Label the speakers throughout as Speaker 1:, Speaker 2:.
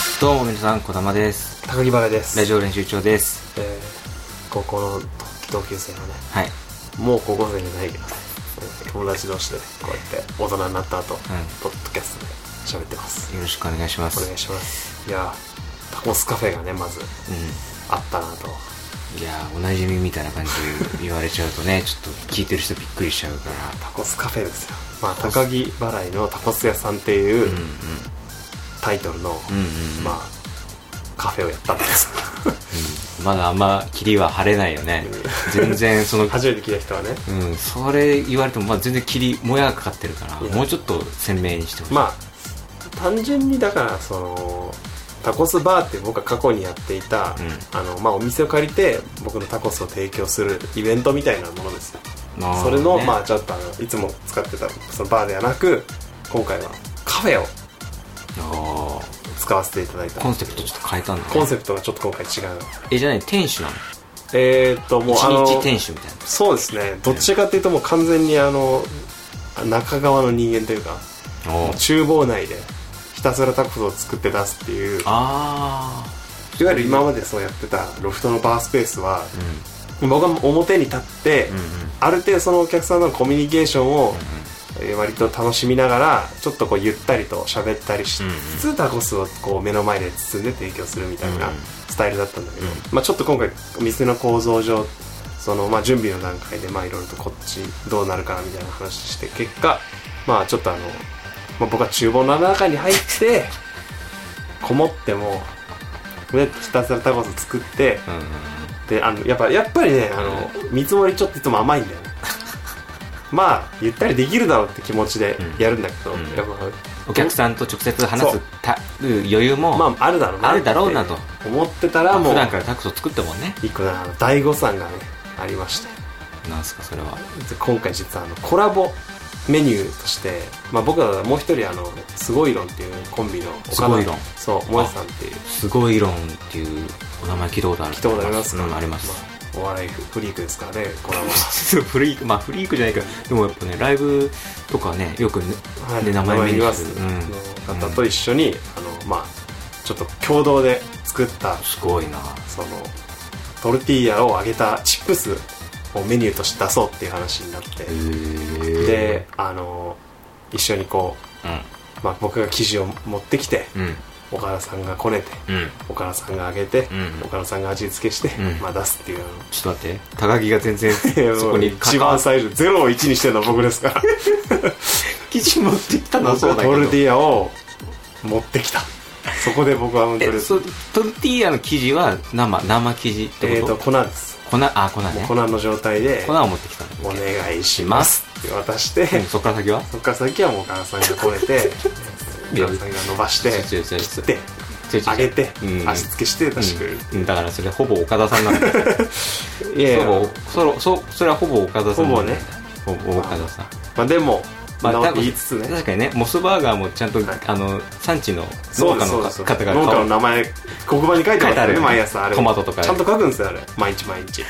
Speaker 1: さん、こだまです。
Speaker 2: 高木原です
Speaker 1: ラジオ練習長です。
Speaker 2: えー高校の同級生のね
Speaker 1: はい。
Speaker 2: もう高校生じゃないけどね友達同士でこうやって大人になった後、ポッドキャストで喋ってます
Speaker 1: よろしくお願いしま
Speaker 2: お
Speaker 1: す。
Speaker 2: 願いしますいやータコスカフェがねまずあったなと
Speaker 1: うん。いやー、おなじみみたいな感じで言われちゃうとね、 ちょっと聞いてる人びっくりしちゃうから。
Speaker 2: タコスカフェですよまあ高木払いのタコス屋さんっていう
Speaker 1: うんうん。
Speaker 2: タイトルの、
Speaker 1: うんうんうん。
Speaker 2: まあカフェをやったんです
Speaker 1: うんまだあんま霧は晴れないよね。 全然その、
Speaker 2: 初めて聞いた人はね
Speaker 1: うん、それ言われても、まあ、全然霧、もやがかかってるから、
Speaker 2: いや
Speaker 1: もうちょっと鮮明にしてほしい。
Speaker 2: まあ単純にだからそのタコスバーって僕は過去にやっていた、
Speaker 1: うん
Speaker 2: あのまあ、お店を借りて僕のタコスを提供するイベントみたいなものですよ
Speaker 1: まあ
Speaker 2: それの、
Speaker 1: ね
Speaker 2: まあちょっとあのいつも使ってたそのバーではなく今回はカフェを
Speaker 1: あー
Speaker 2: 使わせていただいた
Speaker 1: コンセプトちょっと変えたんだ、ね。
Speaker 2: コンセプトがちょっと今回違う
Speaker 1: え、じゃない、店主なの
Speaker 2: えー、っともうあの
Speaker 1: 一日店主みたいな。
Speaker 2: そうですねどっちかっていうともう完全にあの中側の人間というか
Speaker 1: おー
Speaker 2: 厨房内でひたすらタコスを作って出すっていう
Speaker 1: あ
Speaker 2: いわゆる今までそうやってたロフトのバースペースは
Speaker 1: ー。うん。
Speaker 2: 僕は表に立って、
Speaker 1: うんうん。
Speaker 2: ある程度そのお客さんとのコミュニケーションをえー割と楽しみながらちょっとこうゆったりと喋ったりし
Speaker 1: うんうん
Speaker 2: つつタコスをこう目の前で包んで提供するみたいな
Speaker 1: うんうん
Speaker 2: スタイルだったんだけど、
Speaker 1: うん
Speaker 2: まあ、ちょっと今回お店の構造上そのまあ準備の段階でまあいろいろとこっちどうなるかなみたいな話して結果まあちょっとあの、まあ、僕は厨房の中に入ってこもってもでひたすらタコス作って
Speaker 1: うんうんうん
Speaker 2: であのやっぱやっぱりねあの見積もりちょっといつも甘いんだ よねまあゆったりできるだろうって気持ちでやるんだけど、
Speaker 1: うん
Speaker 2: やっぱ
Speaker 1: お客さんと直接話す
Speaker 2: そう
Speaker 1: た余裕も、
Speaker 2: まああるだろうな
Speaker 1: あるだろうなと
Speaker 2: って思ってたらもう
Speaker 1: 普段からタクソ作ったもんね
Speaker 2: 一個ねあの大誤算がねありまして
Speaker 1: なんすかそれは
Speaker 2: で今回実はあのコラボメニューとして、まあ、僕はもう一人あのすごい論っていうコンビの岡田
Speaker 1: すごい論
Speaker 2: そう萌さんっていう
Speaker 1: すごい論っていうお名前聞いたことある
Speaker 2: 聞いたことありますか、
Speaker 1: うんあります、
Speaker 2: あお笑いフリークですからねコラボ
Speaker 1: フリークまあフリークじゃないけどでもやっぱねライブとかねよくね、
Speaker 2: はい、
Speaker 1: で名前目
Speaker 2: 言い
Speaker 1: に
Speaker 2: ますす、
Speaker 1: る
Speaker 2: あの方と一緒に、あのまあちょっと共同で作った
Speaker 1: すごいな
Speaker 2: そのトルティーヤを揚げたチップスをメニューとして出そうっていう話になって、
Speaker 1: へー
Speaker 2: であの一緒にこう、まあ、僕が生地を持ってきて
Speaker 1: うんうん
Speaker 2: 岡田さんがこねて
Speaker 1: うん
Speaker 2: 岡田さんが揚げて、
Speaker 1: うん
Speaker 2: 岡田さんが味付けして、
Speaker 1: うん
Speaker 2: まあ、出すっていうあの
Speaker 1: ちょっと待って高木が全 然そこに
Speaker 2: 一番最初0を1にしてるのは僕ですから
Speaker 1: 生地持って きたのは
Speaker 2: 僕
Speaker 1: そう
Speaker 2: は
Speaker 1: だけど
Speaker 2: トルティーヤを持ってきたそこで僕は本当
Speaker 1: え
Speaker 2: に
Speaker 1: そトルティーヤの生地は生生生地って
Speaker 2: え
Speaker 1: こ
Speaker 2: ー、
Speaker 1: と,、
Speaker 2: と粉です
Speaker 1: 粉あ粉
Speaker 2: もう
Speaker 1: ね
Speaker 2: 粉の状態で
Speaker 1: 粉を持ってきたんだっけ
Speaker 2: お願いしますって渡して、
Speaker 1: うんそっから先は
Speaker 2: そっから先はもうお母さんがこねてお
Speaker 1: いや
Speaker 2: 母さんが伸ばして
Speaker 1: 違う違う違う
Speaker 2: 切って
Speaker 1: 違う違う
Speaker 2: 揚げて、
Speaker 1: うん
Speaker 2: 味付けして出してくれる、
Speaker 1: うんだからそれほぼ岡田さんなん だよ
Speaker 2: いやいや
Speaker 1: ほぼそれそそれはほぼ岡田さんなんだよ
Speaker 2: ほぼね
Speaker 1: ほぼ岡田さん
Speaker 2: まあでも、
Speaker 1: まあ
Speaker 2: な
Speaker 1: 多分
Speaker 2: ん言いつつね
Speaker 1: 確かにねモスバーガーもちゃんと、
Speaker 2: はい
Speaker 1: あの産地の農
Speaker 2: そうで
Speaker 1: 家
Speaker 2: すそう
Speaker 1: の
Speaker 2: です
Speaker 1: 方
Speaker 2: 農
Speaker 1: が
Speaker 2: 家の名前黒板に書いてます
Speaker 1: 書いてあ
Speaker 2: よ
Speaker 1: るよ
Speaker 2: ね
Speaker 1: ね
Speaker 2: 毎朝あれ
Speaker 1: トマトとか
Speaker 2: ちゃんと書くんですよあれ毎日毎日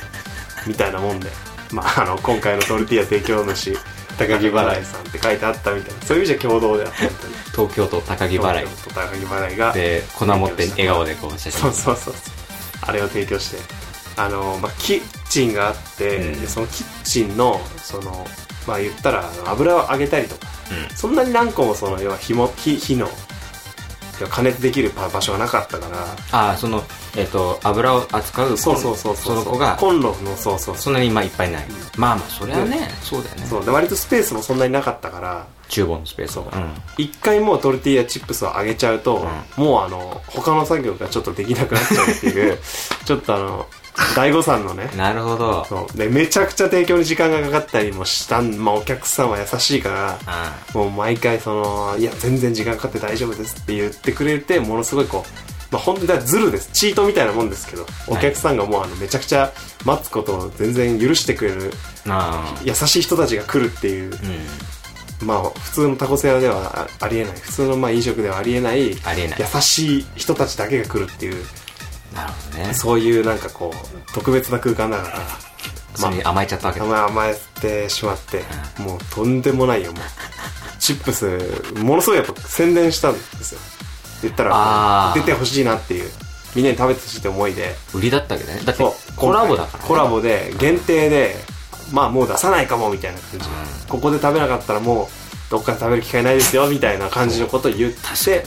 Speaker 2: みたいなもんで まああの今回のトルティーヤ提供主高木払いさんって書いてあったみたいなそういう意味じゃ共同でやってる
Speaker 1: 東京都高木払い
Speaker 2: と高木払いが
Speaker 1: で粉持って笑顔でこう写
Speaker 2: そ
Speaker 1: 真
Speaker 2: うそうそうそうあれを提供してあの、まあ、キッチンがあって、
Speaker 1: うん
Speaker 2: でそのキッチンのそのまあ言ったらあの油を揚げたりとかそんなに何個もその要は火も火火の要は加熱できる場所がなかったから
Speaker 1: ああそのえっ、と油を扱う
Speaker 2: そうそうそうそ
Speaker 1: そ
Speaker 2: う
Speaker 1: の子が
Speaker 2: コンロのそうそうそ
Speaker 1: そんなにまあいっぱいない、
Speaker 2: うん
Speaker 1: まあまあそれはね、そうだよね
Speaker 2: うそうで割とスペースもそんなになかったから
Speaker 1: 厨房のスペースを
Speaker 2: そう
Speaker 1: うん
Speaker 2: 一回もうトルティーヤチップスを揚げちゃうと、もうあの他の作業がちょっとできなくなっちゃうっていう ちょっとあの大誤算のね
Speaker 1: なるほど
Speaker 2: そうでめちゃくちゃ提供に時間がかかったりもしたん、まあ、お客さんは優しいから
Speaker 1: あ
Speaker 2: もう毎回その「いや全然時間かかって大丈夫です」って言ってくれてものすごいこう、まあ、本当にだからズルですチートみたいなもんですけどお客さんがもうあのめちゃくちゃ待つことを全然許してくれる
Speaker 1: ああ
Speaker 2: 優しい人たちが来るっていう、
Speaker 1: うん
Speaker 2: まあ普通のタコス屋ではあありえない普通のまあ飲食ではありえない優
Speaker 1: ありえない
Speaker 2: しい人たちだけが来るっていう
Speaker 1: なるほどね
Speaker 2: そういうなんかこう特別な空間だから。
Speaker 1: それに甘えちゃったわけだ
Speaker 2: 名前甘えてしまって、もうとんでもないよもうチップスものすごいやっぱ宣伝したんですよ言ったら
Speaker 1: あー
Speaker 2: 出てほしいなっていうみんなに食べてほしいって思いで
Speaker 1: 売りだったわけだねだって
Speaker 2: そう
Speaker 1: コラボだから、ね、
Speaker 2: コラボで限定でまあもう出さないかもみたいな感じ、
Speaker 1: う
Speaker 2: ここで食べなかったらもうどっかで食べる機会ないですよみたいな感じのことを言って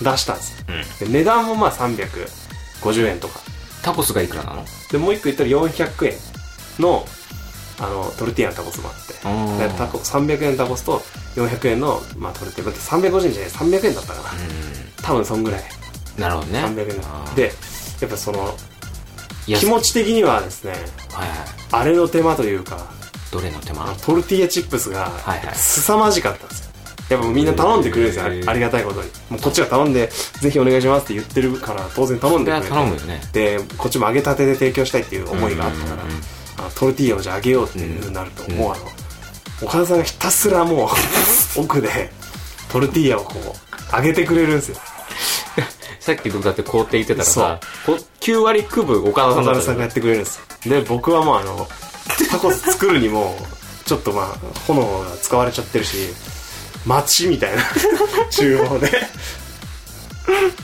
Speaker 2: 出したんです
Speaker 1: うん
Speaker 2: で値段もまあ350円とか
Speaker 1: タコスがいくらなの
Speaker 2: でもう一個言ったら400円のあのトルティーヤのタコスもあって
Speaker 1: うん
Speaker 2: だからタコ300円のタコスと400円の、まあ、トルティーヤだって350円じゃない300円だったかな、
Speaker 1: う
Speaker 2: 多分そんぐらい
Speaker 1: んなるほどね
Speaker 2: 300円
Speaker 1: あ
Speaker 2: だ
Speaker 1: ー
Speaker 2: でやっぱその
Speaker 1: 安
Speaker 2: 気持ち的にはですね
Speaker 1: はいはい
Speaker 2: あれの手間というか
Speaker 1: どれの手間
Speaker 2: あのトルティーヤチップスが
Speaker 1: いはい
Speaker 2: 凄まじかったんですよやっぱみんな頼んでくれるんですよ、あり
Speaker 1: へー
Speaker 2: ありがたいことにもうこっちが頼んでぜひお願いしますって言ってるから当然頼ん
Speaker 1: そ
Speaker 2: で
Speaker 1: れ
Speaker 2: くれ
Speaker 1: は
Speaker 2: る
Speaker 1: 頼むよね
Speaker 2: でこっちも揚げたてで提供したいっていう思いがあったから、
Speaker 1: うんうんうん
Speaker 2: あのトルティーヤをじゃあ揚げようっていうふうになると、もうあの岡田さんがひたすらも う奥でトルティーヤをこう揚げてくれるんですよ
Speaker 1: さっき僕だって工程言ってたらさこ9割区分岡田さ
Speaker 2: 岡
Speaker 1: んだ
Speaker 2: 田
Speaker 1: っ
Speaker 2: さ
Speaker 1: た
Speaker 2: ん
Speaker 1: よ
Speaker 2: がやってくれるんですよで僕はもうあのタコス作るにもちょっとまあ炎が使われちゃってるし街 みたいな厨房で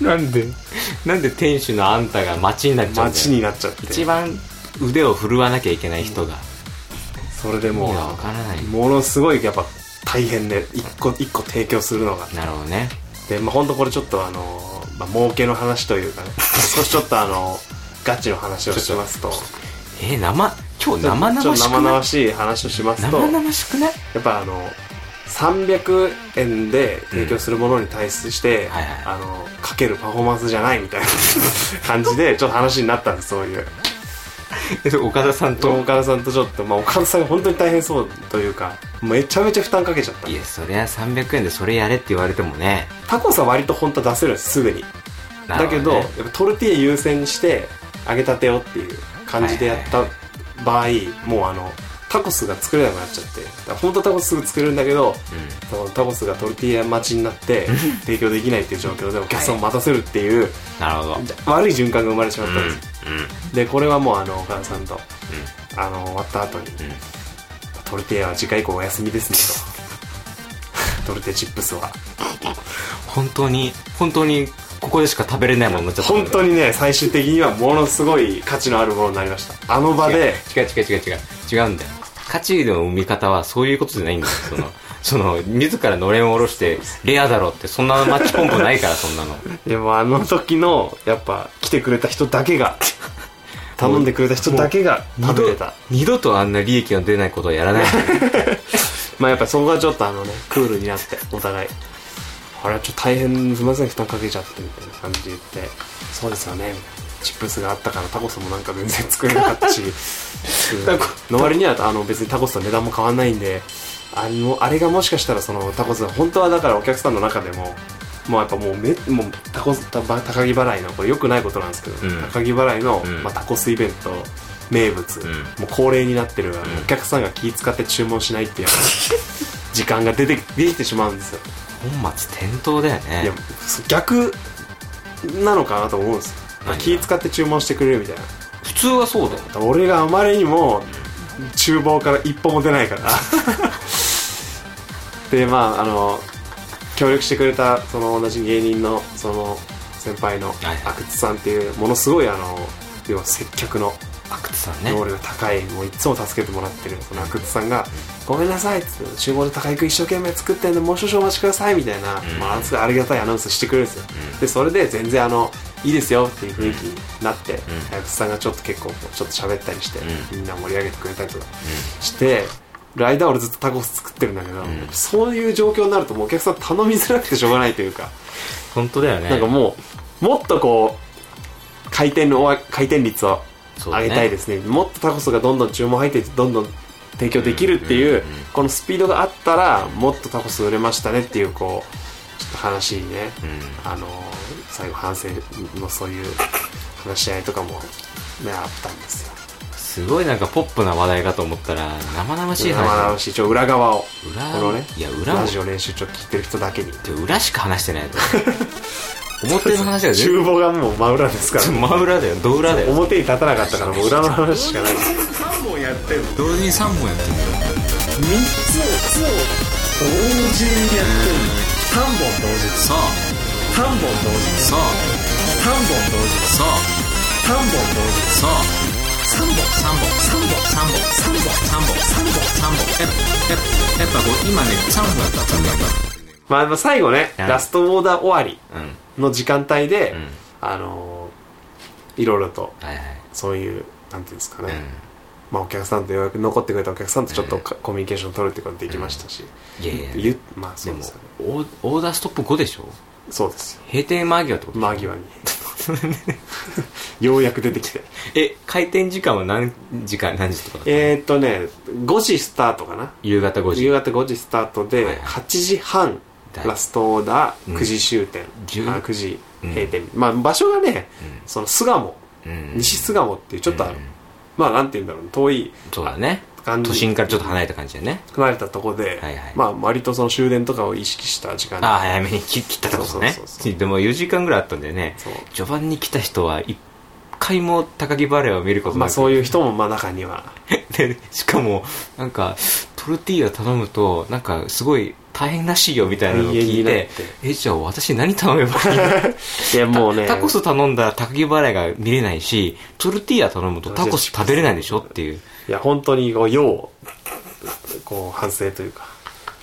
Speaker 1: なんでなんで店主のあんたが町になっちゃうんだ
Speaker 2: 街
Speaker 1: よ
Speaker 2: になっちゃって
Speaker 1: 一番腕を振るわなきゃいけない人が
Speaker 2: それでも
Speaker 1: 意
Speaker 2: う
Speaker 1: 味がわからない
Speaker 2: ものすごいやっぱ大変で一個一個提供するのが
Speaker 1: なるほどね
Speaker 2: で、まあ、本当これちょっとあのー、まあ、儲けの話とい うかね少しちょっとあのガチの話をしますと
Speaker 1: えー生今日
Speaker 2: ちょっと
Speaker 1: 生々し
Speaker 2: ちょっと
Speaker 1: く
Speaker 2: 生
Speaker 1: ない
Speaker 2: 々しい話をしますと
Speaker 1: 生々しくない
Speaker 2: やっぱあの300円で提供するものに対して、
Speaker 1: んはいはい
Speaker 2: あのかけるパフォーマンスじゃないみたいな 感じでちょっと話になったんですそういう
Speaker 1: えそれ岡田さんと
Speaker 2: 岡田さんとちょっと、まあ、岡田さんが本当に大変そうというかめちゃめちゃ負担かけちゃった
Speaker 1: いやそりゃ300円でそれやれって言われてもね
Speaker 2: タコスは割と本当は出せるんですすぐに
Speaker 1: な
Speaker 2: だ
Speaker 1: る
Speaker 2: け
Speaker 1: ほ
Speaker 2: ど
Speaker 1: ね
Speaker 2: やっぱトルティーヤ優先にして揚げたてをっていう感じでやった場合、もうあのタコスが作れなくなっちゃってだから本当はタコスすぐ作れるんだけどそのタコスがトルティーヤ待ちに なって提供できないっていう状況でお客さんを待たせるってい
Speaker 1: う
Speaker 2: う
Speaker 1: んなるほど
Speaker 2: 悪い循環が生まれてしまっ
Speaker 1: う
Speaker 2: た
Speaker 1: んうん
Speaker 2: んです、でこれはもうあの岡田さんとあの終わった後に、トルティーヤは次回以降お休みですねと トルティーヤチップスは
Speaker 1: 本当に本当にここでしか食べれないものになっちゃった
Speaker 2: 本当
Speaker 1: に
Speaker 2: にね最終的にはものすごい価値のあるものになりましたあの場で
Speaker 1: 違う違う違う違う違うんだよ価値の生み方はそういうことじゃ ないんだよそのその自らのれんを下ろしてレアだろってそんなマッチポンポない からそんなの
Speaker 2: でもあの時のやっぱ来てくれた人だけが頼んでくれた人だけが
Speaker 1: 二
Speaker 2: 食べ
Speaker 1: 度
Speaker 2: れた
Speaker 1: 二度とあんな利益の出ないことはやらない
Speaker 2: まあやっぱそこがちょっとあのねクールになってお互いあれはちょっと大変すみません負担かけちゃってみたいな感じで言ってそうですよねみたいなチップスがあったからタコスもなんか全然作れなかった しうん
Speaker 1: タコ
Speaker 2: の割にはあの別にタコスと値段も変わんないんであのあれがもしかしたらそのタコスが本当はだからお客さんの中でももうやっぱもうめもうタコスたば高木払いのこれよくないことなんですけど、
Speaker 1: うん
Speaker 2: 高木払いの、
Speaker 1: うん
Speaker 2: まあ、タコスイベント名物、
Speaker 1: ん
Speaker 2: もう恒例になってる、あの
Speaker 1: うん
Speaker 2: お客さんが気使って注文しないっていう 時間が出てできてしまうんですよ、
Speaker 1: 本末転倒だよね
Speaker 2: いや逆なのかなと思うんですよ
Speaker 1: 何が
Speaker 2: 気使って注文してくれるみたいな
Speaker 1: 普通はそうだよ
Speaker 2: 俺があまりにも厨房から一歩も 出ないからでまああの協力してくれたその同じ芸人のその先輩の
Speaker 1: はい
Speaker 2: 阿久津さんっていうものすごいあの要は接客の
Speaker 1: 阿久津さんね
Speaker 2: 能力が高いもういつも助けてもらってるその阿久津さんが「ごめんなさい」っつって厨房で高井君一生懸命作ってんでもう少々お待ちくださいみたいな、
Speaker 1: ん
Speaker 2: まあ、すごいありがたいアナウンスしてくれるんですよ、でそれで全然あのいいですよっていう雰囲気になって、阿久津さんがちょっと結構こうちょっと喋ったりして、みんな盛り上げてくれたりとかして、る間俺ずっとタコス作ってるんだけど、
Speaker 1: ん
Speaker 2: そういう状況になるともうお客さん頼みづらくてしょうがないというか
Speaker 1: 本当だよね
Speaker 2: なんかもう、もっとこう、回転の、回転率を
Speaker 1: そうだ
Speaker 2: 上
Speaker 1: ね
Speaker 2: げたいですね。もっとタコスがどんどん注文入って、どんどん提供できるっていう、このスピードがあったら、もっとタコス売れましたねっていう、こう、ちょっと話にね、
Speaker 1: うん
Speaker 2: あのー、最後反省のそういう話し合いとかも、ね、あったんですよ。
Speaker 1: すごいなんかポップな話題かと思ったら生々しい
Speaker 2: 生々
Speaker 1: 話
Speaker 2: しい、ちょ、裏側を。
Speaker 1: 裏
Speaker 2: このね、
Speaker 1: いや裏を
Speaker 2: ラジオ練習ちょ、聞いてる人だけに。
Speaker 1: で裏しか話してないと表の話が全
Speaker 2: 厨房がもう真裏ですから。
Speaker 1: 然真裏だよど裏だよ
Speaker 2: 表に立たなかったからもう裏の話しかない
Speaker 1: 同時に3本やってる
Speaker 2: 3つを同時にやってる3本同時
Speaker 1: そう
Speaker 2: 3本同時に
Speaker 3: そう
Speaker 2: 3本同時に
Speaker 3: そう
Speaker 2: 3本同時に
Speaker 3: そう
Speaker 2: 3本
Speaker 3: 3本3本3本3本3本3本3本やっぱやっぱやっぱこう今ね3本だったんだよ
Speaker 2: まあまあ最後ね、
Speaker 1: はい
Speaker 2: ラストオーダー終わり
Speaker 1: うん
Speaker 2: の時間帯で、
Speaker 1: うん
Speaker 2: あのーいろいろと
Speaker 1: はいはい
Speaker 2: そういうなんていうんですかね、
Speaker 1: う
Speaker 2: まあ、お客さんとようやく残ってくれたお客さんとちょっとかコミュニケーション取るってことできましたし、
Speaker 1: んいやいや
Speaker 2: ゆまあそ
Speaker 1: で
Speaker 2: うで
Speaker 1: も
Speaker 2: すよね
Speaker 1: オーオーダーストップ5でしょ
Speaker 2: そうですよ
Speaker 1: 閉店間際ってことでしょ
Speaker 2: 間際 にようやく出てきて
Speaker 1: え開店時間は何時間何時とかだったの
Speaker 2: えーっとね5時スタートかな
Speaker 1: 夕方5
Speaker 2: 夕
Speaker 1: 時
Speaker 2: 方5時スタート
Speaker 1: はい
Speaker 2: で
Speaker 1: はい
Speaker 2: 8時半
Speaker 1: だい
Speaker 2: ラストオーダ
Speaker 1: う
Speaker 2: ー
Speaker 1: ん
Speaker 2: 9時終点、
Speaker 1: ぎゅう
Speaker 2: あ9時閉店、まあ場所がねその巣鴨
Speaker 1: うん
Speaker 2: 西巣鴨っていうちょっとあの、
Speaker 1: うん
Speaker 2: まあなんて言うんだろう遠い
Speaker 1: そうだね
Speaker 2: 感じ
Speaker 1: 都心からちょっと離れた感じだね
Speaker 2: 離れたとこで、
Speaker 1: はいはい
Speaker 2: まあ割とその終電とかを意識した時間
Speaker 1: ああ早めに切切ったってことね
Speaker 2: そうそうそうそう
Speaker 1: でも4時間ぐらいあったんだよね
Speaker 2: そう
Speaker 1: 序盤に来た人は一回も高木バレーを見ること
Speaker 2: ま
Speaker 1: な
Speaker 2: あ
Speaker 1: く
Speaker 2: そういう人もまあ中には
Speaker 1: でしかもなんかトルティーヤ頼むとなんかすごい大変らしいよみたいなのを聞い
Speaker 2: 大変になって
Speaker 1: てえじゃあ私何頼めばい いの
Speaker 2: いやもうね
Speaker 1: タコス頼んだらタ木バレーが見れないしトルティーヤ頼むとタコス食べれないでしょっていう
Speaker 2: いや本当にこうようこう反省というか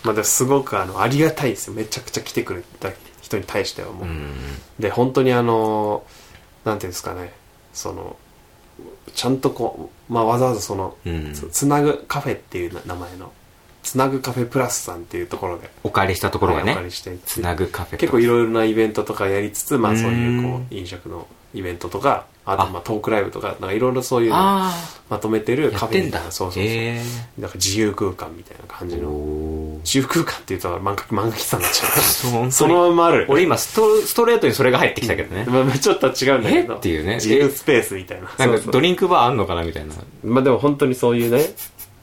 Speaker 2: まあでもすごくあのありがたいですよめちゃくちゃ来てくれた人に対してはも
Speaker 1: う
Speaker 2: う、
Speaker 1: ん
Speaker 2: で本当にあのなんていうんですかねそのちゃんとこう、まあ、わざわざその、
Speaker 1: うん
Speaker 2: つつなぐカフェっていうな名前のつなぐカフェプラスさんっていうところで
Speaker 1: お借りしたところが
Speaker 2: はい
Speaker 1: ね
Speaker 2: お借りして
Speaker 1: つなぐカフェ
Speaker 2: 結構いろいろなイベントとかやりつつ、まあ、そういうこ
Speaker 1: うん
Speaker 2: う飲食のイベントとかあと
Speaker 1: あ
Speaker 2: まあトークライブとかなんかいろいろそういうの
Speaker 1: あ
Speaker 2: まとめてる
Speaker 1: あや
Speaker 2: カ
Speaker 1: っ
Speaker 2: フェ
Speaker 1: て
Speaker 2: み
Speaker 1: ん
Speaker 2: た
Speaker 1: だ
Speaker 2: いなそうそうそう、
Speaker 1: へ
Speaker 2: なんか自由空間みたいな感じ
Speaker 1: え
Speaker 2: の
Speaker 1: おー
Speaker 2: 自由空間っていうと漫画漫画喫茶になっちゃ
Speaker 1: そう本当
Speaker 2: う
Speaker 1: に
Speaker 2: そのまんまある
Speaker 1: 俺今ストストレートにそれが入ってきたけどね
Speaker 2: まあまあちょっと違うんだけど
Speaker 1: えっていうね
Speaker 2: 自由スペースみたいな
Speaker 1: なん
Speaker 2: そ
Speaker 1: か
Speaker 2: うそ
Speaker 1: ドリンクバーあんのかなみたいな
Speaker 2: うまあでも本当にそういうね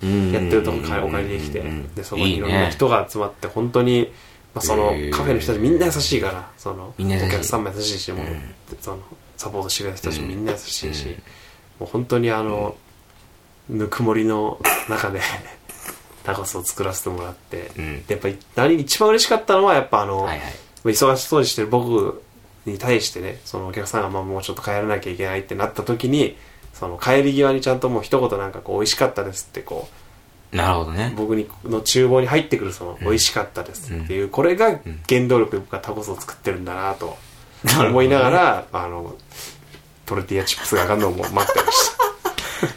Speaker 2: や
Speaker 1: や
Speaker 2: ってるとこかお借りできてでそこにいろんな人が集まって本当にまあその
Speaker 1: へー
Speaker 2: カフェの人たちみんな優しいからそのお
Speaker 1: みんな優しい
Speaker 2: 客さんも優しいしもう
Speaker 1: うん
Speaker 2: そのサポートしてくれた人たちもみんな優しいし
Speaker 1: うん
Speaker 2: もう本当にあのぬくもりの中でタコスを作らせてもらって
Speaker 1: うん
Speaker 2: でやっぱり何一番嬉しかったのはやっぱあの
Speaker 1: はいはい
Speaker 2: 忙しそうにしてる僕に対してねそのお客さんがまあもうちょっと帰らなきゃいけないってなった時にその帰り際にちゃんともう一言なんかこう美味しかったですってこ
Speaker 1: なるほど
Speaker 2: う
Speaker 1: ね
Speaker 2: 僕にの厨房に入ってくるその美味しかったですっていう、これが原動力僕がタコスを作ってるんだなと思いながら、あのトルティーヤチップスが上がるのをもう待ってました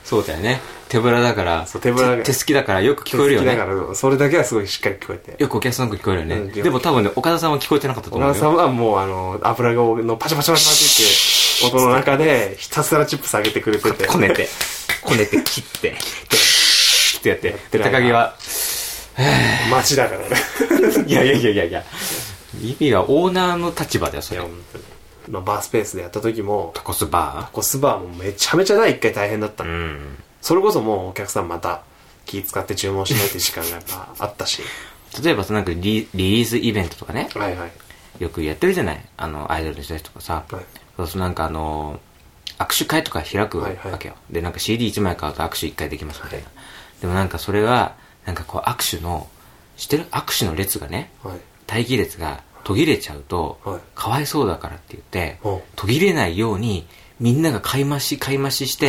Speaker 1: そうだよね手ぶらだから
Speaker 2: そう手ぶらだから
Speaker 1: 手手すきだからよく聞こえるよ
Speaker 2: 好き
Speaker 1: ね
Speaker 2: だからそれだけはすごいしっかり聞こえて
Speaker 1: よくお客さんの声聞こえるよね、
Speaker 2: うん
Speaker 1: でも多分ね岡田さんは聞こえてなかったと
Speaker 2: 小
Speaker 1: 思
Speaker 2: 川
Speaker 1: う
Speaker 2: さ
Speaker 1: よ
Speaker 2: んはもうあの油がのパチャパチャパチャパチャっていう音の中 でひたすらチップス上げてくれてて
Speaker 1: こねてこねて切ってでシーってやってで
Speaker 2: やって
Speaker 1: 高木は
Speaker 2: 街だからね
Speaker 1: いやいやいやいやいや意味はオーナーの立場だよそ
Speaker 2: い
Speaker 1: れ
Speaker 2: や本当にまあバースペースでやった時も
Speaker 1: タコスバ
Speaker 2: コスバーもめちゃめちゃ第一回大変だった
Speaker 1: ー
Speaker 2: の、
Speaker 1: うん
Speaker 2: それこそもうお客さんまた気使って注文しないって時間がやっぱあったし
Speaker 1: 例えばさなんかリリリースイベントとかね
Speaker 2: はいはい
Speaker 1: よくやってるじゃないあのアイドルの人たちとかさ、
Speaker 2: はい
Speaker 1: そうそうなんかあの握手会とか開くわ
Speaker 2: はい
Speaker 1: けよ、
Speaker 2: はい
Speaker 1: でなんか CD1 枚買うと握手1回できますみたいな、でもなんかそれはなんかこう握手のしてる握手の列がね
Speaker 2: はい
Speaker 1: 待機列が途切れちゃうと、
Speaker 2: はい
Speaker 1: かわいそうだからって言って
Speaker 2: お
Speaker 1: 途切れないようにみんなが買い増し買い増し して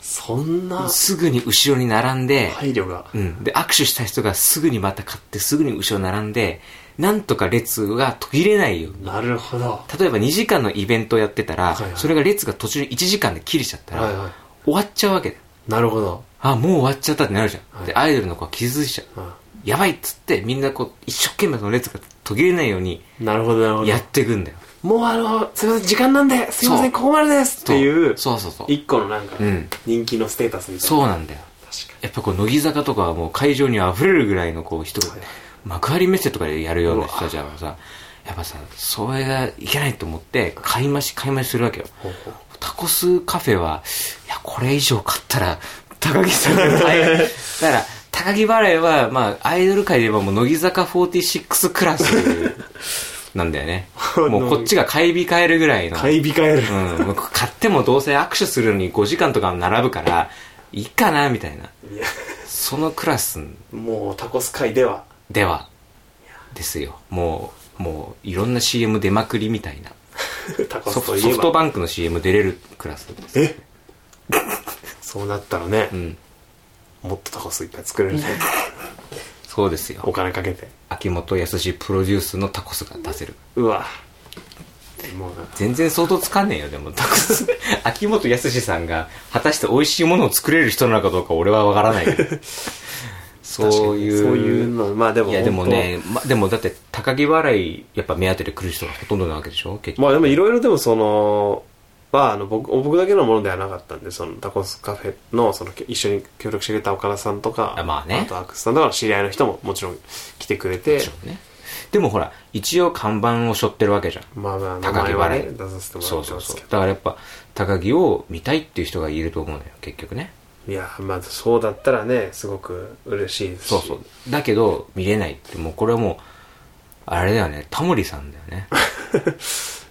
Speaker 2: そんな
Speaker 1: すぐに後ろに並んで、
Speaker 2: 配慮が
Speaker 1: うん、で握手した人がすぐにまた買ってすぐに後ろに並んでなんとか列が途切れないように
Speaker 2: なるほど
Speaker 1: 例えば2時間のイベントをやってたら、
Speaker 2: はいはい
Speaker 1: それが列が途中に1時間で切れちゃったら、
Speaker 2: はいはい
Speaker 1: 終わっちゃうわけだよ
Speaker 2: なるほど、
Speaker 1: あもう終わっちゃったってなるじゃん、
Speaker 2: はい
Speaker 1: でアイドルの子は傷ついちゃう、
Speaker 2: うん
Speaker 1: やばいっつってみんなこう一生懸命その列が途切れないように
Speaker 2: なるほどなるほど
Speaker 1: やっていくんだよ
Speaker 2: もうあのすいません時間なんですいませ
Speaker 1: そ
Speaker 2: ん
Speaker 1: う
Speaker 2: ここまでですっていう
Speaker 1: そうそうそうそう
Speaker 2: 一個のなんか
Speaker 1: うん
Speaker 2: 人気のステータスみたいな、
Speaker 1: そうなんだよ
Speaker 2: 確かに
Speaker 1: やっぱこう乃木坂とかはもう会場に溢れるぐらいのこう人が、
Speaker 2: はい
Speaker 1: 幕張メッセとかでやるような人たちはさやっぱさそれがいけないと思って買い増し買い増しするわけよ
Speaker 2: ほうほう
Speaker 1: タコスカフェは、いや、これ以上買ったら、高木さんが大変。だから、高木バレーは、まあ、アイドル界で言えばもう、乃木坂46クラスなんだよ ね。もう、こっちが買い控えるぐらいの。
Speaker 2: 買い控える、
Speaker 1: うん。もう買ってもどうせ握手するのに5時間とか並ぶから、いいかな、みたいな。
Speaker 2: いや
Speaker 1: そのクラス
Speaker 2: もうタコス界では
Speaker 1: では、ですよ。もう、もういろんな CM 出まくりみたいな
Speaker 2: タコ
Speaker 1: ソ
Speaker 2: ス
Speaker 1: フ
Speaker 2: といえば
Speaker 1: ソフトバンクの CM 出れるクラスです
Speaker 2: えそうなったらね
Speaker 1: う、ん
Speaker 2: もっとタコスいっぱい作れ るね
Speaker 1: そうですよ
Speaker 2: お金かけて
Speaker 1: 秋元康プロデュースのタコスが出せる
Speaker 2: うわもうな
Speaker 1: 全然想像つかねえよでも タコス秋元康さんが果たして美味しいものを作れる人なのかどうか俺は分からない けどそういう
Speaker 2: 確かにそういうのまあでも
Speaker 1: いやでも
Speaker 2: 本
Speaker 1: ね、ま、でもだって高木笑いやっぱ目当てで来る人がほとんどなわけでしょ結局、
Speaker 2: 当まあでもいろいろでもそのはあの僕僕だけのものではなかったんでそのタコスカフェのその一緒に協力してくれた岡田さんとか
Speaker 1: あまあね
Speaker 2: とアクスさんとかの知り合いの人ももちろん来てくれて
Speaker 1: ね、でもほら一応看板を背負ってるわけじゃん
Speaker 2: まあまあ名
Speaker 1: 高木
Speaker 2: 前は
Speaker 1: 笑
Speaker 2: ね
Speaker 1: い
Speaker 2: 出させてもら
Speaker 1: そう
Speaker 2: って
Speaker 1: そ
Speaker 2: ま
Speaker 1: う
Speaker 2: す
Speaker 1: そう
Speaker 2: け
Speaker 1: だからやっぱ高木を見たいっていう人がいると思うのよ結局ね
Speaker 2: どいやまあそうだったらねすごく嬉しいですし
Speaker 1: そうそうだけど見れないってもうこれはもうあれだよねタモリさんだよ ね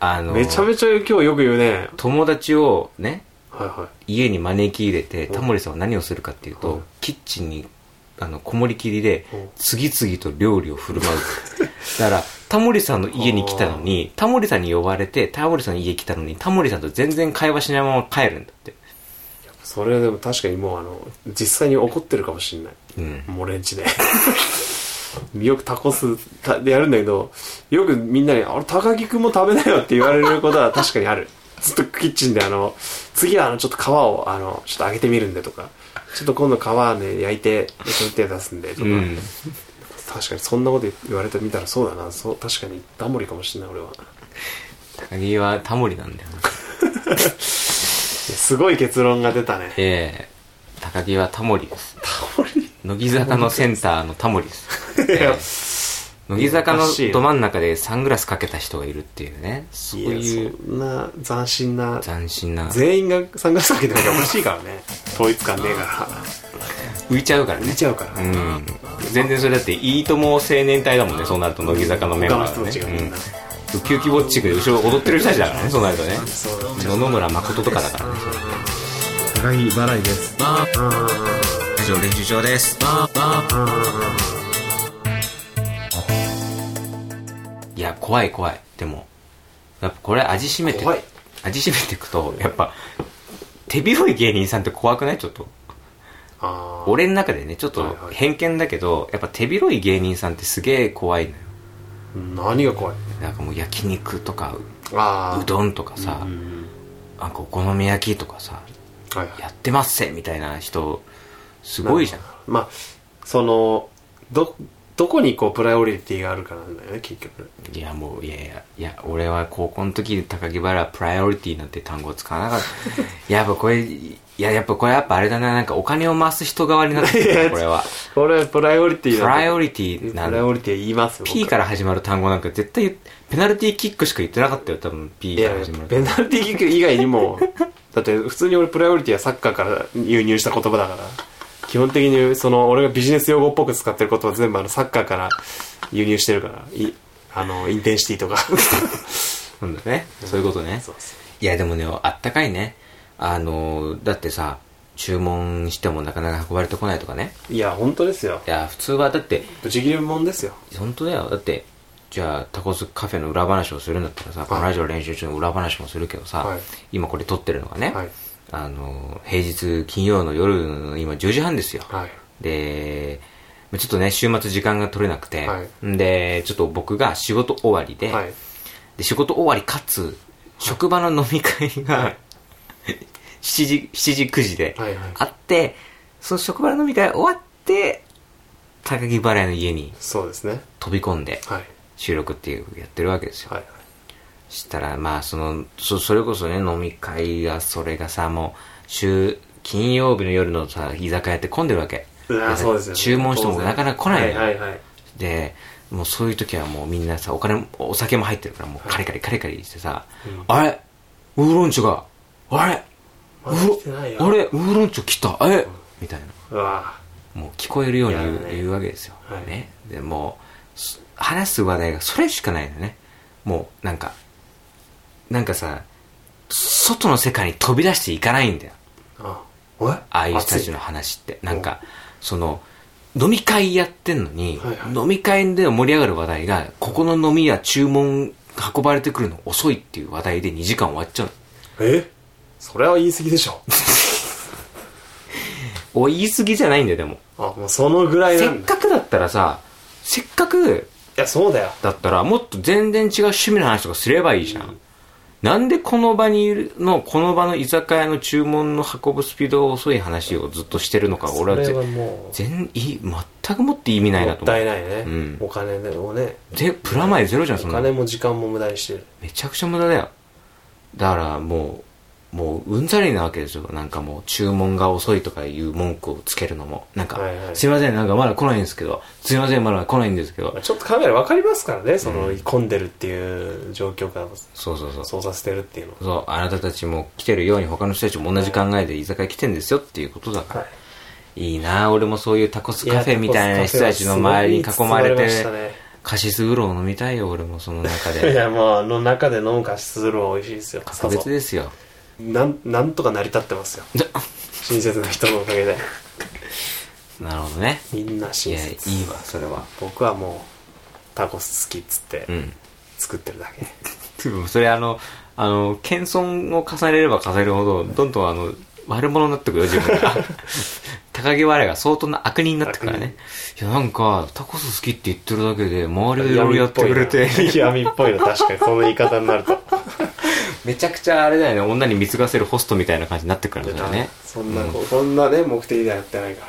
Speaker 1: あの
Speaker 2: めちゃめちゃ今日よく言うね
Speaker 1: 友達をね
Speaker 2: はいは
Speaker 1: 家に招き入れて
Speaker 2: うん
Speaker 1: タモリさんは何をするかっていうと、
Speaker 2: うん
Speaker 1: キッチンにあのこもりきりで
Speaker 2: うん
Speaker 1: 次々と料理を振る 舞うだからタモリさんの家に来たのにタモリさんに呼ばれてタモリさんの家来たのにタモリさんと全然会話しないまま帰るんだって
Speaker 2: いそれでも確かにもうあの実際に怒ってるかもしれない
Speaker 1: うん
Speaker 2: もうレンチで よくタコスたでやるんだけどよくみんなに「あれ高木君も食べなよ」って言われることは確かにある ずっとキッチンであの次はあのちょっと皮をあのちょっと揚げてみるんでとかちょっと今度皮ね焼いてその手出すんでとか、
Speaker 1: うん
Speaker 2: 確かにそんなこと言われてみたらそうだなそう確かにダモリかもしれない俺は
Speaker 1: 高木はタモリなんだよね
Speaker 2: いやすごい結論が出たね
Speaker 1: ええ高木はタモリです乃木坂のセンターのタモリです、 ええ乃木坂のど真ん中でサングラスかけた人がいるっていうねそうい
Speaker 2: や
Speaker 1: う
Speaker 2: そんな斬新な
Speaker 1: 斬新な
Speaker 2: 全員がサングラスかけてなきゃおかしいからね統一感ねえから
Speaker 1: 浮いちゃうからね
Speaker 2: 見ちゃうから、
Speaker 1: うん全然それだっていいとも青年隊だもんねそうなると乃木坂のメンバー
Speaker 2: 他の人たちが
Speaker 1: ね
Speaker 2: みんな
Speaker 1: うんウキウキウォッチングで後ろ踊ってる人たちだからねそうなるとね
Speaker 2: そうだね
Speaker 1: 野々村誠とかだからねそう
Speaker 2: 高木払いです
Speaker 1: 以上練習場ですいや怖い怖いでもやっぱこれ味しめて
Speaker 2: 怖い
Speaker 1: 味しめていくとやっぱ手広い芸人さんって怖くないちょっと
Speaker 2: あー
Speaker 1: 俺の中でねちょっ
Speaker 2: は
Speaker 1: と
Speaker 2: いはい
Speaker 1: 偏見だけどやっぱ手広い芸人さんってすげえ怖いのよ
Speaker 2: 何が怖い
Speaker 1: なんかもう焼肉とか
Speaker 2: ああ
Speaker 1: うどんとかさ、
Speaker 2: うん
Speaker 1: なんかお好み焼きとかさ
Speaker 2: はいはい
Speaker 1: やってますせみたいな人すごいじゃん
Speaker 2: まあそのどどこにこうプライオリティがあるかなんだよね結局
Speaker 1: いやもういやいやいや俺は高校の時高木原はプライオリティなんて単語を使わなかった やっぱこれいややっぱこれやっぱあれだななんかお金を回す人側になってくる
Speaker 2: い
Speaker 1: な
Speaker 2: や
Speaker 1: これは
Speaker 2: これはプライオリティ
Speaker 1: プ
Speaker 2: だと
Speaker 1: ライオリティな
Speaker 2: プライオ
Speaker 1: ん
Speaker 2: リティ言いますよ
Speaker 1: P から始まる単語なんか絶対ペナルティーキックしか言ってなかったよ多分 P
Speaker 2: い
Speaker 1: か
Speaker 2: や
Speaker 1: ら始まる
Speaker 2: ペナルティーキック以外に もだって普通に俺プライオリティはサッカーから輸入した言葉だから基本的にその俺がビジネス用語っぽく使ってる言葉全部あのサッカーから輸入してるからいあのインテンシティとか
Speaker 1: そうだね そういうことね
Speaker 2: そうそ
Speaker 1: いやでもねあったかいねあのだってさ注文してもなかなか運ばれてこないとかね
Speaker 2: ういや本当ですよ
Speaker 1: いや普通はだって
Speaker 2: ブチ切れもんですよ
Speaker 1: 本当だよだってじゃあタコスカフェの裏話をするんだったらさこのラジオ練習中の裏話もするけどさ、
Speaker 2: はい
Speaker 1: 今これ撮ってるのがね、
Speaker 2: はい
Speaker 1: あの平日金曜の夜の今10時半ですよ、
Speaker 2: はい
Speaker 1: でまあちょっとね週末時間が取れなくて、
Speaker 2: は
Speaker 1: んでちょっと僕が仕事終わりで,、
Speaker 2: はい
Speaker 1: で仕事終わりかつ職場の飲み会が、
Speaker 2: はい
Speaker 1: 7時7時9時で
Speaker 2: はいはい
Speaker 1: あって、その職場の飲み会終わって高木払いの家に
Speaker 2: そうですね
Speaker 1: 飛び込んで、
Speaker 2: はい
Speaker 1: 収録っていうやってるわけですよ、
Speaker 2: はい
Speaker 1: したらまあそのそそれこそね飲み会がそれがさもう週金曜日の夜のさ居酒屋って混んでるわけ
Speaker 2: うわ
Speaker 1: でさ
Speaker 2: そうですよね
Speaker 1: 注文してもなかなか来ないのよ、
Speaker 2: はいはいはい
Speaker 1: でもうそういう時はもうみんなさお金もお酒も入ってるからもうカリカリカリカリしてさ、
Speaker 2: うん
Speaker 1: あれウーロン茶があれ
Speaker 2: ま
Speaker 1: ウ
Speaker 2: だ
Speaker 1: ーロ
Speaker 2: 来てないよ
Speaker 1: あれウーロン茶来たえみたいな
Speaker 2: うわ
Speaker 1: もう聞こえるように言う,、
Speaker 2: いやね
Speaker 1: 言うわけですよ、
Speaker 2: はい
Speaker 1: ねでもうす話す話題がそれしかないのねもうなんかなんかさ外の世界に飛び出していかないんだよ
Speaker 2: あおい
Speaker 1: ああいう人たちの話ってなんかその飲み会やってんのに、
Speaker 2: はいはい
Speaker 1: 飲み会で盛り上がる話題が、ここの飲み屋注文運ばれてくるの遅いっていう話題で2時間終わっちゃうの。
Speaker 2: えそれは言い過ぎで しょ
Speaker 1: お、言い過ぎじゃないんだよ、でも。
Speaker 2: あもうそのぐらい
Speaker 1: せ
Speaker 2: な
Speaker 1: っ
Speaker 2: んだ
Speaker 1: かくだったらさ、せっかく
Speaker 2: いやそうだよ
Speaker 1: だったら、もっと全然違う趣味の話とかすればいいじゃん。なんでこの場にいるの、この場の居酒屋の注文の運ぶスピードが遅い話をずっとしてるのか、俺は
Speaker 2: そ
Speaker 1: ぜ
Speaker 2: れはもう
Speaker 1: 全い全くもって意味ない
Speaker 2: も
Speaker 1: な
Speaker 2: っ
Speaker 1: と思
Speaker 2: た
Speaker 1: う。
Speaker 2: いないね、
Speaker 1: うん
Speaker 2: お金をね
Speaker 1: ぜプラマイゼロじゃん、そ
Speaker 2: お
Speaker 1: んなの
Speaker 2: 金も時間も無駄にしてる
Speaker 1: めちゃくちゃ無駄だよ。だからもう、もううんざりなわけですよ。なんかもう注文が遅いとかいう文句をつけるのも。なんか、
Speaker 2: はいはい
Speaker 1: すいません、なんかまだ来ないんですけど、すいません、まだ来ないんですけど
Speaker 2: まあ。ちょっとカメラ分かりますからねその、混んでるっていう状況から
Speaker 1: そうそうそう。
Speaker 2: 操作してるっていうの
Speaker 1: そう、あなたたちも来てるように他の人たちも同じ考えで居酒屋来てんですよっていうことだから。、
Speaker 2: はい
Speaker 1: いなぁ俺もそういうタコスカフェみたいな人たちの周りに囲まれて、カシスウーロンを飲みたいよ、俺もその中
Speaker 2: い
Speaker 1: で。
Speaker 2: やもうあの中で飲むカシスルーは美味しいですよ
Speaker 1: 格別ですよ。
Speaker 2: なんなんとか成り立ってますよ親切な人のおかげで
Speaker 1: なるほどね。
Speaker 2: みんない親
Speaker 1: や、い
Speaker 2: 切
Speaker 1: いわ、それは。
Speaker 2: 僕はもうタコス好きっつって
Speaker 1: うん。
Speaker 2: 作ってるだけ、
Speaker 1: でもそれあの、あの、謙遜を重ねれば重ねるほど、どんどんあの、悪者になってくよ、自分 が。高木我が相当な悪人になってくからね。いや、なんか、タコス好きって言ってるだけで、周りでいろいろやってくれて、
Speaker 2: 闇っぽいの確かにその言い方になると
Speaker 1: めちゃくちゃあれだよね、女に貢がせるホストみたいな感じになってくるんだよね。
Speaker 2: そんなこう、そんなね目的ではやってないか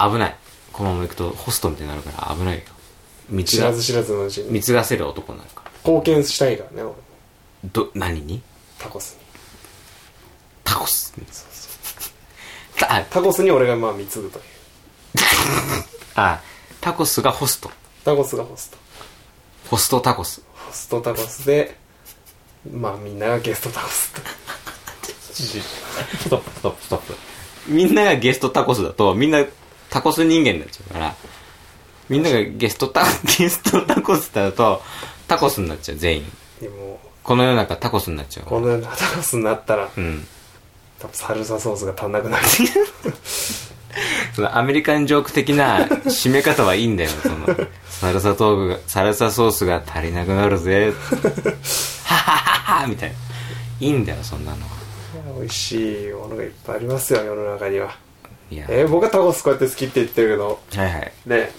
Speaker 2: ら
Speaker 1: 危ない。このまま行くと、ホストみたいになるから危ないよ。
Speaker 2: 知
Speaker 1: 貢
Speaker 2: ら
Speaker 1: が
Speaker 2: ず、知らずのうちに
Speaker 1: 貢がせる男になるから。
Speaker 2: 貢献したいからね俺も
Speaker 1: ど、何に
Speaker 2: タコスに
Speaker 1: タコス。あ、
Speaker 2: タコスに俺がまあ貢ぐという
Speaker 1: あ、タコスがホスト。
Speaker 2: タコスがホスト
Speaker 1: ホストタコス。
Speaker 2: ホストタコスでまあみんながゲストタコス
Speaker 1: ストップストップストップみんながゲストタコスだとみんなタコス人間になっちゃうからみんながゲストタ ゲストタコスだとタコスになっちゃう全員
Speaker 2: でも
Speaker 1: この世の中タコスになっちゃうか
Speaker 2: こ
Speaker 1: ら
Speaker 2: のようなタコスになったら、
Speaker 1: うん
Speaker 2: 多分サルサソースが足んなくなる
Speaker 1: そのアメリカンジョーク的な締め方はいいんだよそのサルサトークがサルサソースが足りなくなるぜははははみたいないいんだよそんなのは
Speaker 2: 美味しいものがいっぱいありますよ世の中にはい
Speaker 1: や
Speaker 2: えー僕はタコスこうやって好きって言ってるけど
Speaker 1: はいはい
Speaker 2: ね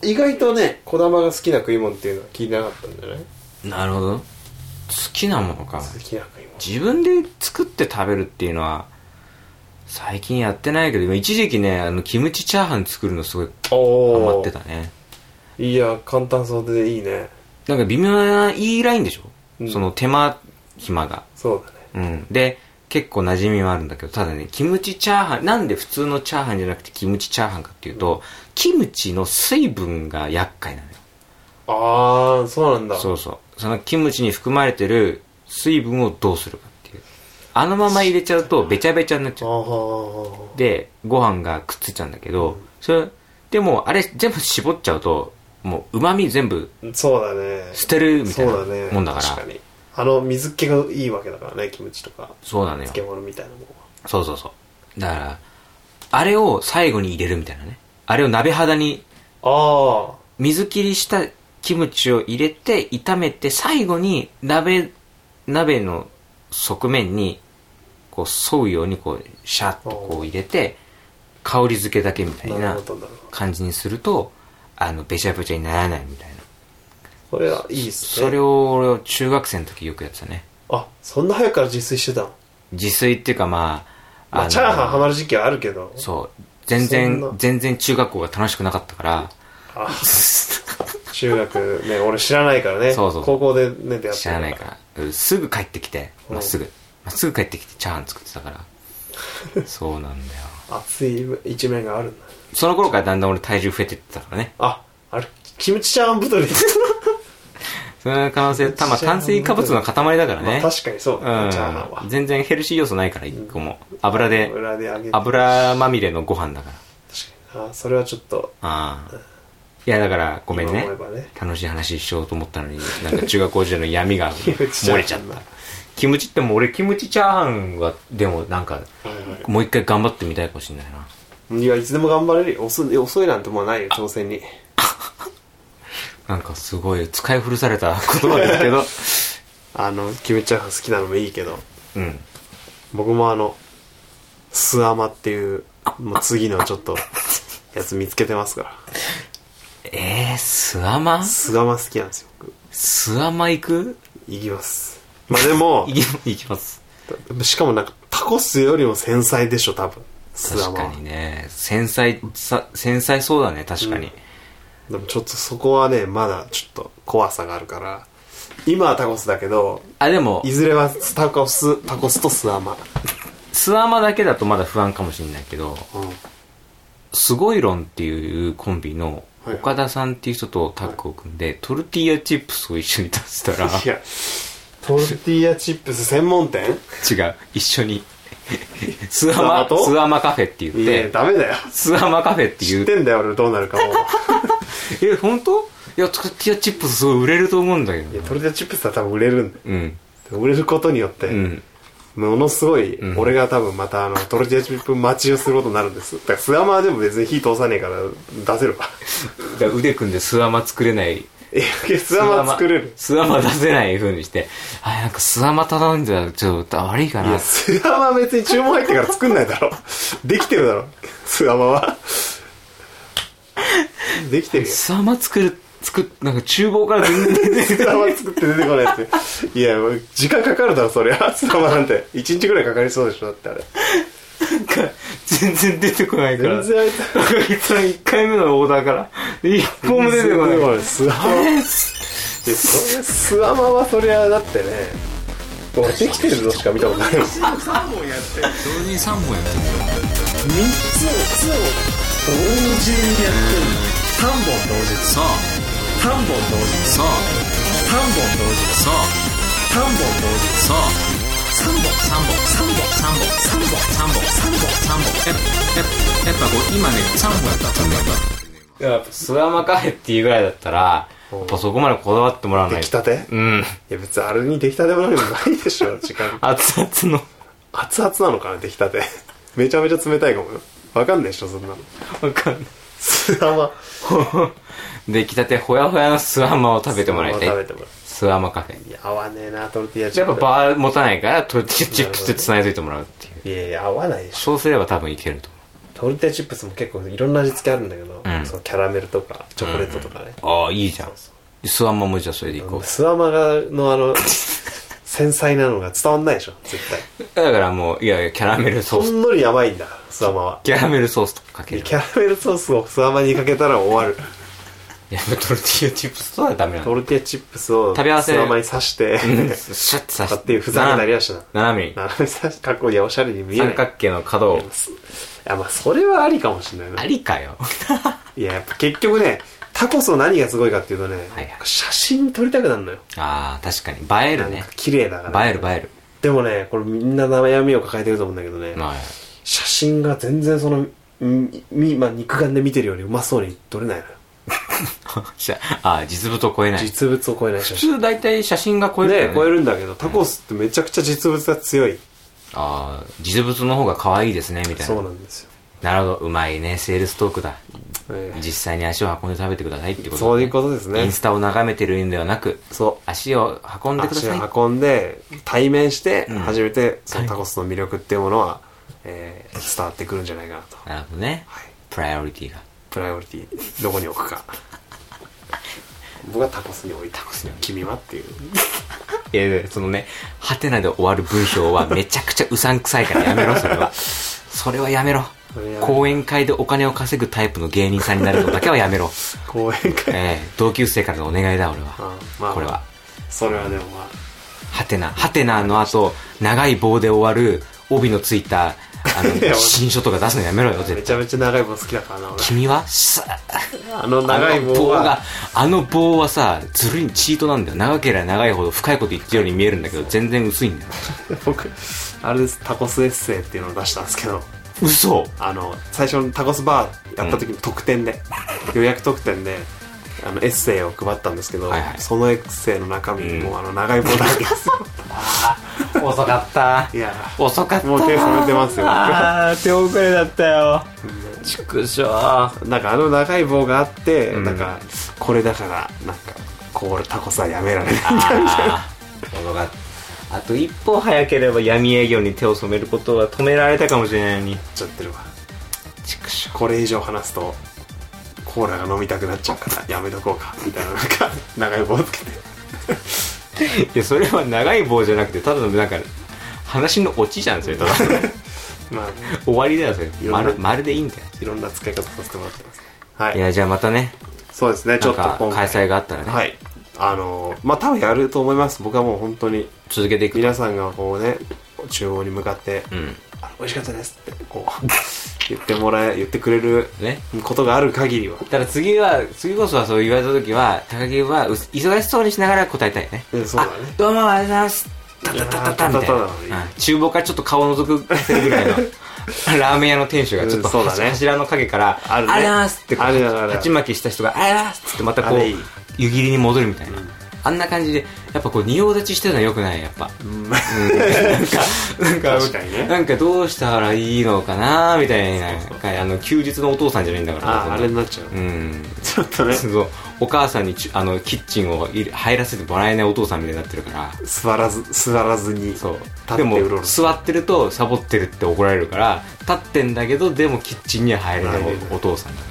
Speaker 2: 意外とね児玉が好きな食い物っていうのは聞いてなかったんじゃない好
Speaker 1: なるほど好きなものか
Speaker 2: きな食い物
Speaker 1: 自分で作って食べるっていうのは最近やってないけど今一時期ねあのキムチチャーハン作るのすごいハ
Speaker 2: お
Speaker 1: マってたね
Speaker 2: いや簡単そうでいいね
Speaker 1: なんか微妙ないいラインでしょ、
Speaker 2: うん
Speaker 1: その手間暇が
Speaker 2: そうだね
Speaker 1: うんで結構馴染みはあるんだけどただねキムチチャーハンなんで普通のチャーハンじゃなくてキムチチャーハンかっていうとキムチの水分が厄介なのよ
Speaker 2: ああそうなんだ
Speaker 1: そうそうそのキムチに含まれてる水分をどうするかっていうあのまま入れちゃうとべちゃべちゃになっちゃう
Speaker 2: ああ
Speaker 1: でご飯がくっついちゃうんだけど、それでもあれ全部絞っちゃうともううまみ全部
Speaker 2: そうだね
Speaker 1: 捨てるみたいな
Speaker 2: そうだね
Speaker 1: もんだから
Speaker 2: 確かにあの水気がいいわけだからねキムチとか
Speaker 1: そうなのよ
Speaker 2: 漬物みたいなもんは
Speaker 1: そうそうそうだからあれを最後に入れるみたいなねあれを鍋肌に
Speaker 2: あ
Speaker 1: 水切りしたキムチを入れて炒めて最後に鍋鍋の側面にこう沿うようにこうシャッとこう入れて香り付けだけみた
Speaker 2: あ
Speaker 1: い
Speaker 2: な
Speaker 1: な
Speaker 2: るほどなるほど
Speaker 1: 感じにするとあのべちゃべちゃにならないみたいな
Speaker 2: これはいいっすね
Speaker 1: それを俺は中学生の時よくやってたね
Speaker 2: あそんな早くから自炊してたの
Speaker 1: 自炊っていうかまあ、
Speaker 2: ま
Speaker 1: の
Speaker 2: あチャーハンハマる時期はあるけど
Speaker 1: そう全
Speaker 2: そん
Speaker 1: 然
Speaker 2: な
Speaker 1: 全然中学校が楽しくなかった から
Speaker 2: あ中学ね俺知らないから ね
Speaker 1: そうそう
Speaker 2: 高校でね出会ってる
Speaker 1: 知らないからうんすぐ帰ってきてまっすぐまっすぐ帰ってきてチャーハン作ってたからそうなんだよ
Speaker 2: 熱い一面があるんだ
Speaker 1: その頃からだんだん俺体重増えてってたからね
Speaker 2: ああれキムチチャーハン太り
Speaker 1: その可能性たまあ炭水化物の塊だから
Speaker 2: まあ
Speaker 1: ね
Speaker 2: 確かにそうだねチャーハン
Speaker 1: う
Speaker 2: は
Speaker 1: ん全然ヘルシー要素ないから一個も油で
Speaker 2: 油で揚げて確か
Speaker 1: 油まみれのご飯だから
Speaker 2: にあそれはちょっと
Speaker 1: ああいやだからごめんね
Speaker 2: 今思えばね
Speaker 1: 楽しい話しようと思ったのになんか中学校時代の闇 が
Speaker 2: ムチチャーハン
Speaker 1: 漏れちゃったキムチってもう俺キムチチャーハンはでもなんか
Speaker 2: はいはい
Speaker 1: もう一回頑張ってみたいかもしれないな
Speaker 2: いやいつでも頑張れるよ遅い遅いなんてもうないよ挑戦に
Speaker 1: なんかすごい使い古された言葉 です
Speaker 2: あのキムチャーハン好きなのもいいけど
Speaker 1: けど、うん。
Speaker 2: 僕もあのスアマっていうもう次のち ょっとやつ見つけてますから
Speaker 1: えー、スアマ
Speaker 2: スアマ好きなんですよ僕
Speaker 1: スアマ行く
Speaker 2: いきますまあでも
Speaker 1: 行き行きます。
Speaker 2: しかもなんかタコスよりも繊細でしょ多分スア
Speaker 1: 確
Speaker 2: マ
Speaker 1: か
Speaker 2: は
Speaker 1: にね。繊細さ、繊細そうだね、確かに。
Speaker 2: でもちょっとそこはねまだちょっと怖さがあるから今はタコスだけど
Speaker 1: あ、でも
Speaker 2: い、ずれはタコスタコスとスアマ
Speaker 1: スアマだけだとまだ不安かもしれないけど、
Speaker 2: うん
Speaker 1: すごい論っていうコンビの、
Speaker 2: はい
Speaker 1: 岡田さんっていう人とタッグを組んで、トルティーヤチップスを一緒に出したら、
Speaker 2: いやトルティーヤチップス専門店
Speaker 1: 違う、一緒 に、スア
Speaker 2: スアマ
Speaker 1: マ、
Speaker 2: と
Speaker 1: スアマカフェって言っ
Speaker 2: いや
Speaker 1: て、
Speaker 2: ダメだよ
Speaker 1: スアマカフェってい
Speaker 2: 知っ
Speaker 1: う、
Speaker 2: てんだよ俺どうなるかもう
Speaker 1: え、本当いや、トルティーヤチップスすごい売れると思うんだけ
Speaker 2: いや
Speaker 1: ど
Speaker 2: ト
Speaker 1: な。
Speaker 2: ルティーヤチップスは多分売れるんだよ
Speaker 1: うん。
Speaker 2: 売れることによって、
Speaker 1: うん。
Speaker 2: ものすごい、
Speaker 1: ん
Speaker 2: 俺が多分またあのトルティーヤチップ待ちをすることになるんですだからスアマはでも別に火通さねえから出せる わ
Speaker 1: だから腕組んでスアマ作れない。
Speaker 2: いやスアマ作れる
Speaker 1: スアマスアマ出せない風にして、あ、なんかスアマ頼んじゃちょっと悪いか
Speaker 2: い
Speaker 1: な
Speaker 2: や。スアマは別に注文入ってから作んないだ ろできてるだろスアマはできてる よ
Speaker 1: スアマ作る、作っ、なんか厨房から全然出て
Speaker 2: スアマ作って出てこないっていやもう時間かかるだろそりゃスアマなんて1日ぐらいかかりそうでしょだってあれ
Speaker 1: か全然出てこないから。
Speaker 2: 全然あいつ
Speaker 1: いつの1回目のオーダーから、1本も出てこない。
Speaker 2: スアマ
Speaker 1: あれ
Speaker 2: でそれスアマはそりゃだってね俺できてるのしか見たことないもん
Speaker 3: 同時に3本やってるさあさあさあさあ3本3本3本3本3本3本3本やっぱやっぱこう今ね3本やった3本やった
Speaker 1: やっぱスワマカフェっていうぐらいだったら、やっぱそこまでこだわってもらわない
Speaker 2: 出来
Speaker 1: と。
Speaker 2: たて
Speaker 1: うん。
Speaker 2: いや別にあれに出来たても何もないでしょ時間
Speaker 1: 熱々の。
Speaker 2: 熱々なのかな出来たてめちゃめちゃ冷たいかもよわかんないでしょそんなの
Speaker 1: わかんない。
Speaker 2: スアマ
Speaker 1: 出来たてほやほやのスワマを食べてもらいた
Speaker 2: 食べ
Speaker 1: い。
Speaker 2: てもら
Speaker 1: スワマカフェ。
Speaker 2: ういや合わねえなトルティーヤチ
Speaker 1: やっぱ
Speaker 2: ップ
Speaker 1: バー持たないから、トルティーヤチップスで繋いといてもらうっていう。
Speaker 2: いやいや合わないでしょ
Speaker 1: そうすれば多分いけると
Speaker 2: トルティーヤチップスも結構いろんな味付けあるんだけど、
Speaker 1: うん
Speaker 2: そのキャラメルとかチョコレートとかね、
Speaker 1: 思う。ああ、いいじゃん。スワマもじゃあそれでいこう。
Speaker 2: スアマがのあの繊細なのが伝わんないでしょ絶対
Speaker 1: だからもう、いやいや、キャラメルソー
Speaker 2: ほ
Speaker 1: ス。
Speaker 2: んのり甘いんだスアマは
Speaker 1: キャラメルソースとかかける。
Speaker 2: キャラメルソースをスワマにかけたら終わる
Speaker 1: いや、トルティーヤチップスとはダメな
Speaker 2: ト
Speaker 1: の。
Speaker 2: ルティアチップスを
Speaker 1: 食べ合わせ
Speaker 2: スワマに刺して
Speaker 1: シュッとさ
Speaker 2: とかっていうふざけたりはしない
Speaker 1: 斜めに。
Speaker 2: 斜め 刺しかっこいいやおしゃれに見えな
Speaker 1: 三
Speaker 2: い
Speaker 1: 角形の角を。
Speaker 2: いやまあそれはありかもしれないな
Speaker 1: ありか よ。
Speaker 2: いややっぱ結局ねタコスの何がすごいかっていうとね、
Speaker 1: はいはい
Speaker 2: 写真撮りたくなるのよ
Speaker 1: ああ、確かに。映え
Speaker 2: な
Speaker 1: る
Speaker 2: ん
Speaker 1: ね
Speaker 2: か。綺麗だから
Speaker 1: 映える映える。
Speaker 2: でもねこれみんな悩みを抱えてると思うんだけどね、
Speaker 1: まあ、
Speaker 2: 写真が全然そのみみ、まあ、肉眼で見てるよりうまそうに撮れないのよ
Speaker 1: しゃああ、実物を超えない。
Speaker 2: 実物を超えない写
Speaker 1: 普
Speaker 2: 真
Speaker 1: 通大体写真が超えるよ
Speaker 2: ね
Speaker 1: ね。
Speaker 2: 超えるんだけどタコスってめちゃくちゃ実物が強い
Speaker 1: ああ、実物の方が可愛いですね、みたい
Speaker 2: そう
Speaker 1: な。
Speaker 2: なんですよ、
Speaker 1: なるほど、うまいね、セールストークだ。
Speaker 2: ええ
Speaker 1: 実際に足を運んで食べてくださいってことだね
Speaker 2: そういうことですね
Speaker 1: インスタを眺めてるんではなく、
Speaker 2: そう
Speaker 1: 足を運んでくだ
Speaker 2: 足
Speaker 1: さい。
Speaker 2: を運んで対面して
Speaker 1: うん
Speaker 2: 初めてそ
Speaker 1: は
Speaker 2: の
Speaker 1: い
Speaker 2: タコスの魅力っていうものは、えー伝わってくるんじゃないかなと、
Speaker 1: なるほどね。
Speaker 2: はい、
Speaker 1: プライオリティが。
Speaker 2: プライオリティどこに置くか僕はタコスに置いた
Speaker 1: スに置い
Speaker 2: 君はっていう
Speaker 1: いやいや、そのね、ハテナで終わる文章はめちゃくちゃうさんくさいからやめろ、それは。それはやめろ
Speaker 2: それやめ。ろ
Speaker 1: 講演会でお金を稼ぐタイプの芸人さんになるのだけはやめ ろ。
Speaker 2: 講演会、
Speaker 1: ええ同級生からのお願いだ、俺
Speaker 2: あ
Speaker 1: は。
Speaker 2: まあ
Speaker 1: これは。
Speaker 2: それはでもまあ
Speaker 1: ハテナ。ハテナの後、長い棒で終わる帯のついた、あ
Speaker 2: いや
Speaker 1: の、新書とか出すのやめろよ、
Speaker 2: め
Speaker 1: 絶
Speaker 2: ち
Speaker 1: 対。
Speaker 2: ゃめちゃ長い棒好きだからな俺
Speaker 1: 君はさ
Speaker 2: あの長い
Speaker 1: あの
Speaker 2: 棒は、
Speaker 1: あの棒はさ、ずるいチートなんだよ。長ければ長いほど深いこと言ってるように見えるんだけど、全然薄いんだよ。
Speaker 2: 僕あれですタコスエッセイっていうのを出したんですけど
Speaker 1: 嘘
Speaker 2: あの最初のタコスバーやった時の特典で、予約特典であのエッセイを配ったんですけど、
Speaker 1: はいはい
Speaker 2: そのエッセイの中身、
Speaker 1: うん
Speaker 2: もうあの長い棒だら けですよ
Speaker 1: 遅かった
Speaker 2: いや
Speaker 1: 遅かった
Speaker 2: もう手染めてますよ
Speaker 1: あー手遅れだったよ畜生。
Speaker 2: なんかあの長い棒があって、
Speaker 1: ん
Speaker 2: なんかこれだからなんかこうタコさんやめられない
Speaker 1: あーものがあと一歩早ければ闇営業に手を染めることは止められたかもしれないのに
Speaker 2: ちゃってるわ
Speaker 1: 畜生
Speaker 2: これ以上話すとコーラが飲みたくなっちゃうからやめとこうかみたいななんか長い棒つけて
Speaker 1: いやそれは長い棒じゃなくてただのなんか話のオチじゃん それただ
Speaker 2: まあ
Speaker 1: 終わりだよそれ
Speaker 2: いろ
Speaker 1: ま
Speaker 2: んな
Speaker 1: るまるでいいんだよ
Speaker 2: いろんな使い方させてもらってますはいい
Speaker 1: やじゃあまたね
Speaker 2: そうですねち
Speaker 1: な
Speaker 2: ょ
Speaker 1: ん
Speaker 2: っと
Speaker 1: か
Speaker 2: 今
Speaker 1: 開
Speaker 2: 回
Speaker 1: 催があったらね、
Speaker 2: はいあのまあ多分やると思います僕はもう本当に
Speaker 1: 続けていく
Speaker 2: 皆さんがこうね中央に向かって
Speaker 1: うん
Speaker 2: 「あの美味しかったです」ってこう言ってもらえ言ってくれる
Speaker 1: ね
Speaker 2: ことがある限りは
Speaker 1: ただ次は次こそはそう言われた時は高木はう忙しそうにしながら答えたいね
Speaker 2: うんそうだね
Speaker 1: あどうもありがとうございますタタタタタみたいな
Speaker 2: いやータタタタだね
Speaker 1: うん厨房からちょっと顔を覗くせるぐらい のラーメン屋の店主がちょっと
Speaker 2: うんそうだね
Speaker 1: 柱の陰から「
Speaker 2: あるね
Speaker 1: ありがとうございます」ってこう
Speaker 2: あるあるある
Speaker 1: 鉢巻きした人が「ありがとうございます」ってまたこ
Speaker 2: あれいいう
Speaker 1: 湯切りに戻るみたいなあんな感じでやっぱこう仁王立ちしてるのはよくないやっぱなんか
Speaker 2: 確かにね
Speaker 1: なんかどうしたらいいのかなみたいな
Speaker 2: そう
Speaker 1: あの休日のお父さんじゃないんだから
Speaker 2: あああれになっちゃう
Speaker 1: うん
Speaker 2: ちょっとね
Speaker 1: そうお母さんにちあのキッチンを入れ入らせてもらえないお父さんみたいになってるから
Speaker 2: 座らず座らずに立
Speaker 1: そ
Speaker 2: っ
Speaker 1: う
Speaker 2: て
Speaker 1: で
Speaker 2: うろ
Speaker 1: も
Speaker 2: うろ
Speaker 1: 座ってるとサボってるって怒られるから立ってんだけどでもキッチンには入れない
Speaker 2: 入れない
Speaker 1: おお父さんだか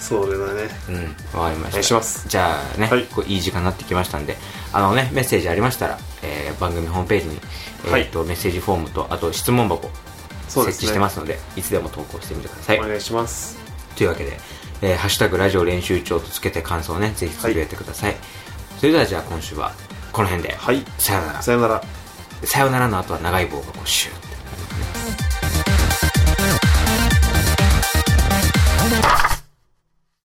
Speaker 2: それだね
Speaker 1: らうんわかりました
Speaker 2: お願いします
Speaker 1: じゃあね、
Speaker 2: はい
Speaker 1: こういい時間になってきましたんであのねメッセージありましたら、えー番組ホームページに、えー
Speaker 2: はい
Speaker 1: とメッセージフォームとあと質問箱
Speaker 2: そう
Speaker 1: 設置
Speaker 2: ですね
Speaker 1: してますのでいつでも投稿してみてください
Speaker 2: お願いします
Speaker 1: というわけで「えーハッシュタグラジオ練習帳」とつけて感想をねぜひつぶやいてください、それではじゃあ今週はこの辺で、
Speaker 2: はい
Speaker 1: さよなら
Speaker 2: さよなら
Speaker 1: さよならの後は長い棒がこうシューッ